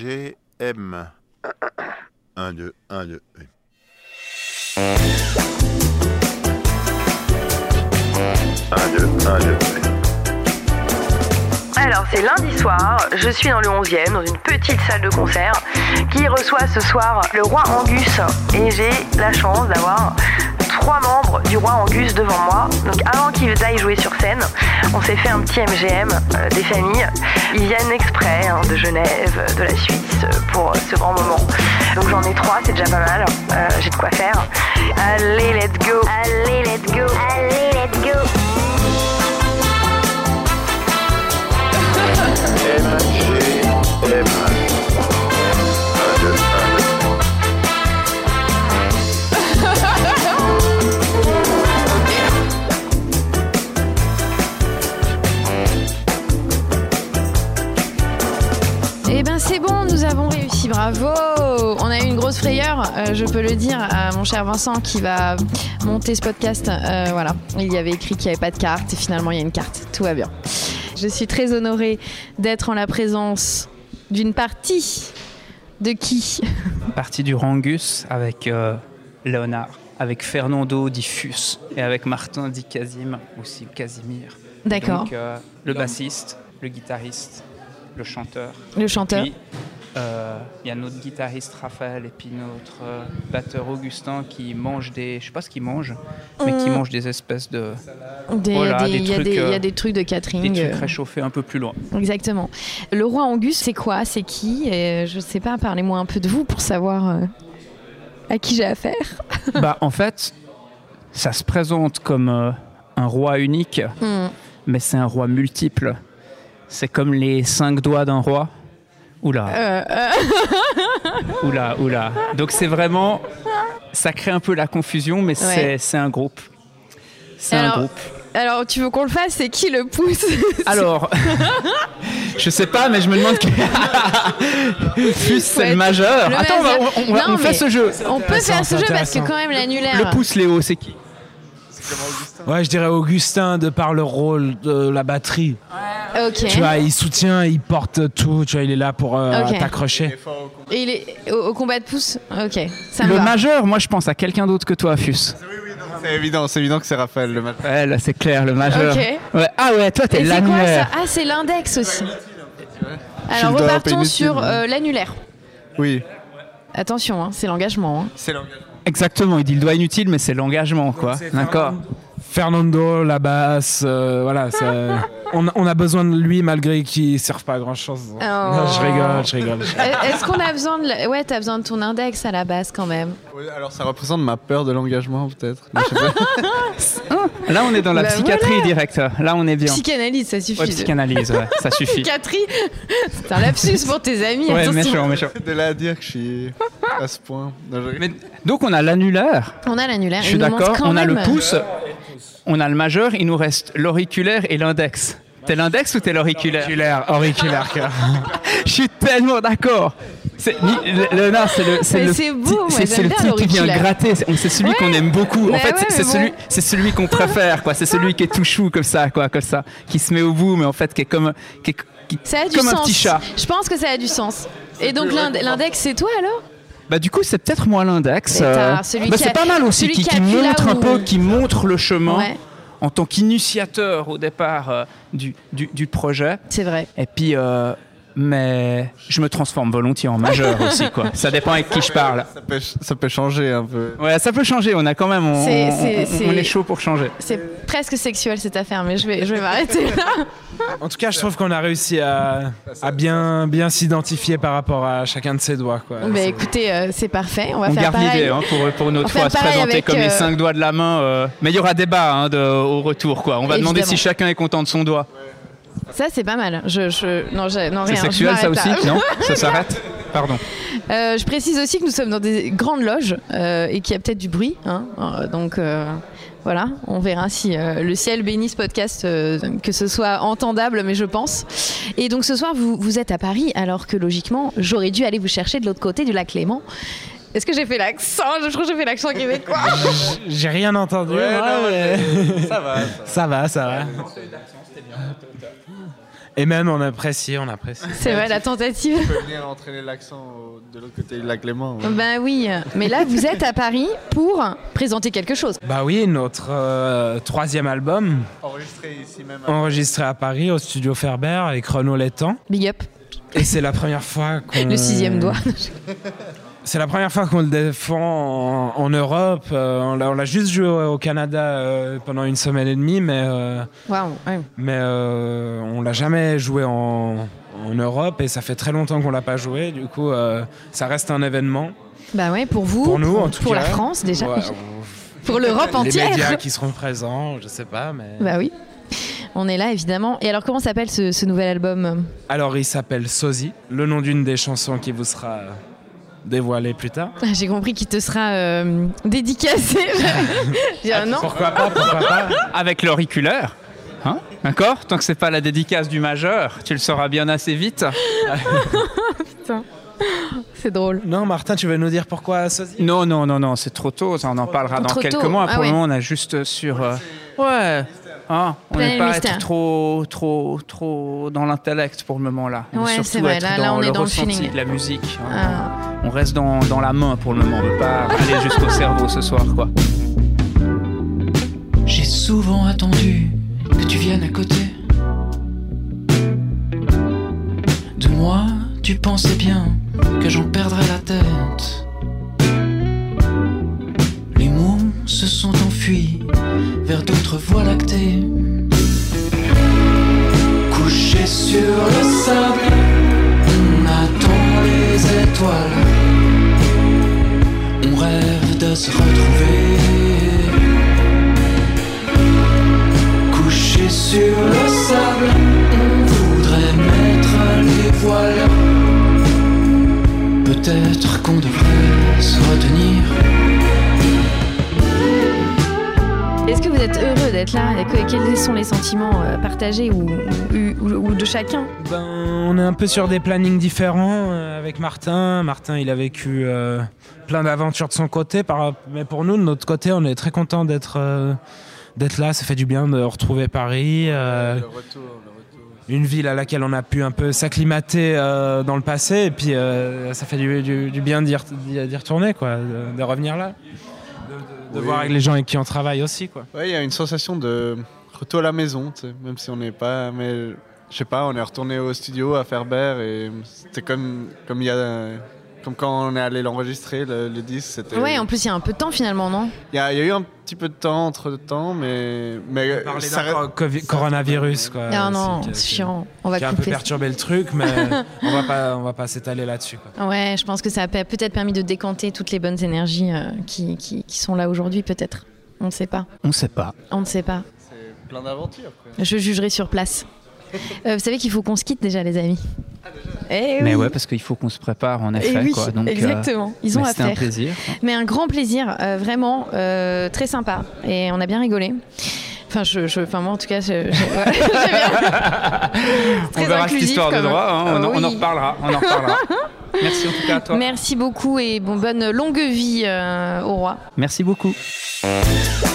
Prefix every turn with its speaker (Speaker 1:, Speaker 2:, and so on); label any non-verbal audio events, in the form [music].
Speaker 1: MGM. 1, 2, 1, 2.
Speaker 2: Alors c'est lundi soir, je suis dans le 11e, dans une petite salle de concert, qui reçoit ce soir le roi Angus. Et j'ai la chance d'avoir trois membres du roi Angus devant moi. Donc avant qu'ils aillent jouer sur scène, on s'est fait un petit MGM euh, des familles. Ils viennent exprès hein, de Genève, de la Suisse, euh, pour ce grand moment. Donc j'en ai trois, c'est déjà pas mal. Euh, j'ai de quoi faire. Allez, let's go. Allez, let's go. Allez, let's go.
Speaker 1: MGM. 1, 2, 1, 2.
Speaker 3: Eh ben c'est bon, nous avons réussi, bravo On a eu une grosse frayeur, euh, je peux le dire à mon cher Vincent qui va monter ce podcast. Euh, voilà, il y avait écrit qu'il n'y avait pas de carte et finalement il y a une carte, tout va bien. Je suis très honorée d'être en la présence d'une partie de qui
Speaker 4: Partie du Rangus avec euh, Léonard, avec Fernando Diffus et avec Martin Di Casim, aussi Casimir.
Speaker 3: D'accord,
Speaker 4: Donc, euh, le bassiste, le guitariste, le chanteur.
Speaker 3: le chanteur.
Speaker 4: Puis, euh, il y a notre guitariste Raphaël et puis notre euh, batteur Augustin qui mange des. Je sais pas ce qu'il mange, mais qui
Speaker 3: Mm.
Speaker 4: mange des espèces de.
Speaker 3: Des-
Speaker 4: voilà,
Speaker 3: des-
Speaker 4: des
Speaker 3: Il y, a
Speaker 4: trucs,
Speaker 3: des- il y a
Speaker 4: euh,
Speaker 3: des trucs de
Speaker 4: Des
Speaker 3: catering.
Speaker 4: trucs
Speaker 3: euh,
Speaker 4: réchauffés un peu plus loin.
Speaker 3: Exactement. Le roi Angus, c'est quoi C'est qui Et euh, Je sais pas, parlez-moi un peu de vous pour savoir euh, à qui j'ai affaire.
Speaker 4: bah, en fait, ça se présente comme euh, un roi unique,
Speaker 3: Hmm.
Speaker 4: mais c'est un roi multiple. C'est comme les cinq doigts d'un roi. Oula.
Speaker 3: Euh, euh,
Speaker 4: Oula, oula. Donc c'est vraiment. Ça crée un peu la confusion, mais c'est- c'est un groupe. C'est un
Speaker 3: Alors-
Speaker 4: groupe.
Speaker 3: alors, tu veux qu'on le fasse C'est qui le pousse
Speaker 4: [laughs] Alors. je sais pas, mais je me demande. que- Fus, c'est
Speaker 3: Ouais,
Speaker 4: le majeur.
Speaker 3: le
Speaker 4: Attends, on, va-
Speaker 3: majeur.
Speaker 4: on- on va-
Speaker 3: Non,
Speaker 4: on fait
Speaker 3: mais-
Speaker 4: ce jeu.
Speaker 3: [laughs] On peut
Speaker 5: intéressant,
Speaker 3: faire ce jeu
Speaker 5: c'est
Speaker 3: parce que
Speaker 5: intéressant.
Speaker 3: quand même l'annulaire.
Speaker 4: Le pouce, Léo, c'est qui
Speaker 5: Ouais, je dirais Augustin de par le rôle de la batterie.
Speaker 3: Ok.
Speaker 5: Tu vois, il soutient, il porte tout. Tu vois, il est là pour euh,
Speaker 3: Ok.
Speaker 5: t'accrocher.
Speaker 3: Et il est au, au combat de pouce. Ok. Ça me
Speaker 4: Le
Speaker 3: va.
Speaker 4: majeur, moi je pense à quelqu'un d'autre que toi, Fus.
Speaker 6: C'est évident, c'est évident que c'est Raphaël le matin.
Speaker 4: Ouais, là c'est clair, le majeur.
Speaker 3: Ok.
Speaker 4: Ouais. Ah ouais, toi t'es
Speaker 3: Et c'est quoi ça
Speaker 4: l'annulaire.
Speaker 3: Ah, c'est l'index aussi.
Speaker 6: Je
Speaker 3: Alors
Speaker 6: le dois
Speaker 3: repartons
Speaker 6: inutile,
Speaker 3: sur
Speaker 6: mais-
Speaker 3: euh, l'annulaire.
Speaker 6: Oui,
Speaker 3: Attention, hein, c'est l'engagement. hein.
Speaker 6: c'est l'engagement.
Speaker 4: Exactement, il dit le doigt inutile, mais c'est l'engagement quoi. D'accord.
Speaker 5: Fernando, la basse, euh, voilà. ça- [laughs] on, on a besoin de lui malgré qu'il ne serve pas à grand chose. Oh. Non, je rigole, je rigole. je-
Speaker 3: Euh, Est-ce qu'on a besoin de. la- Ouais, t'as besoin de ton index à la base quand même.
Speaker 6: Oui, Alors ça représente ma peur de l'engagement peut-être. Je sais pas.
Speaker 4: Là on est dans la
Speaker 3: Bah,
Speaker 4: psychiatrie directe. Là on est bien.
Speaker 3: Psychanalyse, ça suffit.
Speaker 4: Ouais, psychanalyse, ouais, ça suffit.
Speaker 3: Psychiatrie, [laughs] c'est un lapsus pour tes amis.
Speaker 4: Ouais,
Speaker 3: attention.
Speaker 4: méchant, méchant.
Speaker 6: de là à dire que je suis à ce point. Non, je rigole.
Speaker 4: Mais- donc on a l'annulaire,
Speaker 3: On a l'annulaire.
Speaker 4: je
Speaker 3: il
Speaker 4: suis
Speaker 3: nous manque
Speaker 4: d'accord,
Speaker 3: quand
Speaker 4: on a
Speaker 3: même.
Speaker 4: le pouce, on a le majeur, il nous reste l'auriculaire et l'index. T'es l'index ou t'es l'auriculaire
Speaker 5: Auriculaire,
Speaker 4: [laughs]
Speaker 5: auriculaire. car-
Speaker 4: Je suis tellement d'accord C'est- ni- le- le- non, c'est le, c'est
Speaker 3: Mais
Speaker 4: le
Speaker 3: c'est
Speaker 4: petit-
Speaker 3: beau, moi,
Speaker 4: c'est- c'est
Speaker 3: j'aime
Speaker 4: le
Speaker 3: bien
Speaker 4: petit qui vient
Speaker 3: l'auriculaire.
Speaker 4: gratter, c'est c'est celui qu'on aime beaucoup.
Speaker 3: Mais
Speaker 4: en fait,
Speaker 3: ouais,
Speaker 4: c'est- c'est
Speaker 3: mais
Speaker 4: celui,
Speaker 3: bon.
Speaker 4: c'est celui qu'on préfère, quoi. C'est celui qui est tout chou comme ça, quoi, comme ça, qui se met au bout, mais en fait qui est comme, qui est- qui-
Speaker 3: Ça a du
Speaker 4: comme
Speaker 3: sens.
Speaker 4: un petit chat.
Speaker 3: Je pense que ça a du sens. Et donc l'ind- l'index, c'est toi alors
Speaker 4: Bah du coup c'est peut-être moi l'index.
Speaker 3: Et t'as
Speaker 4: euh,
Speaker 3: celui
Speaker 4: mais
Speaker 3: qui
Speaker 4: c'est
Speaker 3: a-
Speaker 4: pas mal aussi
Speaker 3: celui
Speaker 4: qui,
Speaker 3: qui
Speaker 4: qui
Speaker 3: appuie là
Speaker 4: montre un
Speaker 3: où-
Speaker 4: peu, qui montre le chemin
Speaker 3: Ouais.
Speaker 4: en tant qu'initiateur au départ euh, du, du, du projet.
Speaker 3: C'est vrai.
Speaker 4: Et puis euh, mais je me transforme volontiers
Speaker 3: [laughs]
Speaker 4: en majeur aussi quoi. Ça dépend avec qui je parle.
Speaker 6: Ça peut, ça peut changer un peu.
Speaker 4: Ouais ça peut changer. On a quand même on,
Speaker 3: C'est-
Speaker 4: on-
Speaker 3: c'est-
Speaker 4: on-
Speaker 3: c'est-
Speaker 4: on est chaud pour changer.
Speaker 3: C'est presque sexuel cette affaire, mais je vais, je vais m'arrêter là.
Speaker 4: Ah,
Speaker 5: En tout cas, je trouve qu'on a réussi à, à bien, bien s'identifier par rapport à chacun de ses doigts. Quoi.
Speaker 3: Bah
Speaker 5: C'est-
Speaker 3: écoutez, euh, c'est parfait. On va
Speaker 4: On
Speaker 3: faire
Speaker 4: garde
Speaker 3: pareil.
Speaker 4: l'idée hein, pour, pour notre
Speaker 3: On fait
Speaker 4: fois, se
Speaker 3: pareil
Speaker 4: présenter
Speaker 3: avec,
Speaker 4: comme
Speaker 3: euh,
Speaker 4: les cinq doigts de la main. euh, Mais il y aura débat hein, de- au retour quoi. On va demander
Speaker 3: Évidemment.
Speaker 4: si chacun est content de son doigt.
Speaker 3: Ça, c'est pas mal. Je, je... Non, je- non,
Speaker 4: C'est
Speaker 3: rien. je
Speaker 4: sexuel ça
Speaker 3: m'arrête
Speaker 4: aussi
Speaker 3: là.
Speaker 4: non
Speaker 3: [laughs]
Speaker 4: Ça s'arrête. Pardon.
Speaker 3: Euh, je précise aussi que nous sommes dans des grandes loges euh, et qu'il y a peut-être du bruit. hein. Euh, donc euh, voilà, on verra si euh, le ciel bénit ce podcast, euh, que ce soit entendable, mais je pense. Et donc ce soir, vous, vous êtes à Paris, alors que logiquement, j'aurais dû aller vous chercher de l'autre côté du lac Léman. Est-ce que j'ai fait l'accent Je crois que j'ai fait l'accent québécois.
Speaker 5: [laughs] J'ai rien entendu.
Speaker 6: Ouais,
Speaker 5: moi, [laughs]
Speaker 6: non,
Speaker 5: mais-
Speaker 6: Ça va. ça va.
Speaker 5: Ça va, ça va. Et même, on apprécie, on apprécie.
Speaker 3: C'est vrai, la tentative.
Speaker 6: Tu peux venir entraîner l'accent au- de hein. l'autre côté du lac Léman. ouais.
Speaker 3: Ben oui, mais là vous êtes à Paris pour présenter quelque chose.
Speaker 5: Bah oui, notre euh, troisième album,
Speaker 6: Enregistré ici même.
Speaker 3: Euh,
Speaker 6: à-
Speaker 5: enregistré à Paris, au studio Ferber, avec Renaud Létang.
Speaker 3: Big up,
Speaker 5: Et c'est la première fois qu'on...
Speaker 3: le sixième doigt. [laughs]
Speaker 5: C'est la première fois qu'on le défend en, en Europe. Euh, on l'a on l'a juste joué au, au Canada euh, pendant une semaine et demie, mais... euh,
Speaker 3: Waouh, ouais.
Speaker 5: mais euh, on l'a jamais joué en, en Europe et ça fait très longtemps qu'on l'a pas joué. Du coup, euh, ça reste un événement
Speaker 3: Bah ouais, pour vous,
Speaker 5: pour nous en tout
Speaker 3: pour
Speaker 5: cas.
Speaker 3: la France déjà,
Speaker 5: Ouais,
Speaker 3: [laughs] pour l'Europe
Speaker 5: les médias
Speaker 3: entière.
Speaker 5: qui seront présents, je sais pas, mais.
Speaker 3: [laughs] Bah oui, on est là évidemment. Et alors comment s'appelle ce, ce nouvel album
Speaker 5: Alors, il s'appelle Sosie, le nom d'une des chansons qui vous sera euh, dévoilée plus tard.
Speaker 3: Ah, J'ai compris qu'il te sera euh,
Speaker 5: [laughs]
Speaker 3: dédicacé. J'ai un non.
Speaker 5: Pourquoi pas, pourquoi pas
Speaker 4: Avec l'auriculaire. Hein D'accord Tant que c'est pas la dédicace du majeur, tu le sauras bien assez vite.
Speaker 3: C'est drôle.
Speaker 5: Non, Martin, tu veux nous dire pourquoi Sosie
Speaker 4: Non, non, non, non, c'est trop tôt. Ça, on en parlera dans
Speaker 3: Trop
Speaker 4: quelques
Speaker 3: tôt.
Speaker 4: mois.
Speaker 3: Ah
Speaker 4: Pour
Speaker 3: ouais.
Speaker 4: le moment, on a juste sur. euh, ouais. Hein, on
Speaker 3: Plein
Speaker 4: n'est pas
Speaker 3: mystère.
Speaker 4: être trop, trop, trop dans l'intellect pour le moment là. On veut
Speaker 3: Ouais,
Speaker 4: surtout
Speaker 3: c'est vrai.
Speaker 4: être
Speaker 3: Là-
Speaker 4: dans
Speaker 3: là, on
Speaker 4: le
Speaker 3: est dans le
Speaker 4: ressenti
Speaker 3: feeling.
Speaker 4: de la musique. hein.
Speaker 3: Ah.
Speaker 4: On reste dans, dans la main pour le moment. On
Speaker 3: [laughs]
Speaker 4: veut pas aller jusqu'au cerveau ce soir, quoi.
Speaker 7: J'ai souvent attendu que tu viennes à côté. De moi, tu pensais bien que j'en perdrais la tête. Les mots se sont enfuis vers d'autres voies lactées. Couché sur le sable, on attend les étoiles. On rêve de se retrouver. Couché sur le sable, on voudrait mettre les voiles. Peut-être qu'on devrait se retenir.
Speaker 3: Est-ce que vous êtes heureux d'être là Et que- Quels sont les sentiments euh, partagés ou, ou- ou- ou de chacun
Speaker 5: Ben, on est un peu sur des plannings différents euh, avec Martin. Martin, il a vécu euh, plein d'aventures de son côté, par- mais pour nous, de notre côté, on est très content d'être euh, d'être là. Ça fait du bien de retrouver Paris, euh,
Speaker 6: Le retour, le retour.
Speaker 5: une ville à laquelle on a pu un peu s'acclimater euh, dans le passé, et puis euh, ça fait du, du- du bien d'y ret- d'y d'y retourner, quoi, de, de revenir là, de, de
Speaker 6: Oui.
Speaker 5: voir avec les gens avec qui on travaille aussi, quoi.
Speaker 6: Ouais, il y a une sensation de retour à la maison, tu sais, même si on n'est pas. Mais je sais pas, on est retourné au studio à Ferber et c'était comme comme il y a comme quand on est allé l'enregistrer le, le disque.
Speaker 5: Euh,
Speaker 6: C'était.
Speaker 3: Ouais, en plus il y a un peu de temps finalement, non
Speaker 6: Il y, a il y a eu un petit peu de temps entre temps, mais mais
Speaker 5: Parler
Speaker 6: ça
Speaker 5: d'un
Speaker 6: reste-
Speaker 5: co- covi- coronavirus, quoi.
Speaker 3: Ah non,
Speaker 5: aussi, qui-
Speaker 3: c'est
Speaker 5: qui-
Speaker 3: chiant. On va
Speaker 5: qui a un peu
Speaker 3: couper.
Speaker 5: perturbé le truc,
Speaker 3: [laughs]
Speaker 5: mais on va pas, on va pas s'étaler là-dessus. quoi.
Speaker 3: Ouais, je pense que ça a pe- peut-être permis de décanter toutes les bonnes énergies euh, qui, qui- qui sont là aujourd'hui, peut-être. On ne sait pas.
Speaker 4: On sait pas.
Speaker 3: On ne sait pas.
Speaker 6: c'est plein d'aventures. quoi.
Speaker 3: Je jugerai sur place. Euh, vous savez qu'il faut qu'on se quitte déjà, les amis. Eh oui.
Speaker 4: Mais ouais, parce qu'il faut qu'on se prépare en
Speaker 3: Eh
Speaker 4: effet,
Speaker 3: oui,
Speaker 4: quoi. Donc, euh,
Speaker 3: exactement. Ils ont
Speaker 4: mais
Speaker 3: à
Speaker 4: c'était un
Speaker 3: faire.
Speaker 4: plaisir.
Speaker 3: Mais un grand plaisir, euh, vraiment euh, très sympa. Et on a bien rigolé. Enfin, je, je- enfin moi en tout cas, je- je- ouais, [laughs] j'ai bien- C'est
Speaker 4: On
Speaker 3: très
Speaker 4: verra cette
Speaker 3: inclusif,
Speaker 4: histoire de
Speaker 3: quand même.
Speaker 4: droit. hein, on,
Speaker 3: Ah
Speaker 4: on en
Speaker 3: oui.
Speaker 4: reparlera. On
Speaker 3: [laughs]
Speaker 4: en reparlera. Merci en tout cas à toi.
Speaker 3: Merci beaucoup et bon, bonne longue vie euh, au roi.
Speaker 4: Merci beaucoup.
Speaker 2: euh,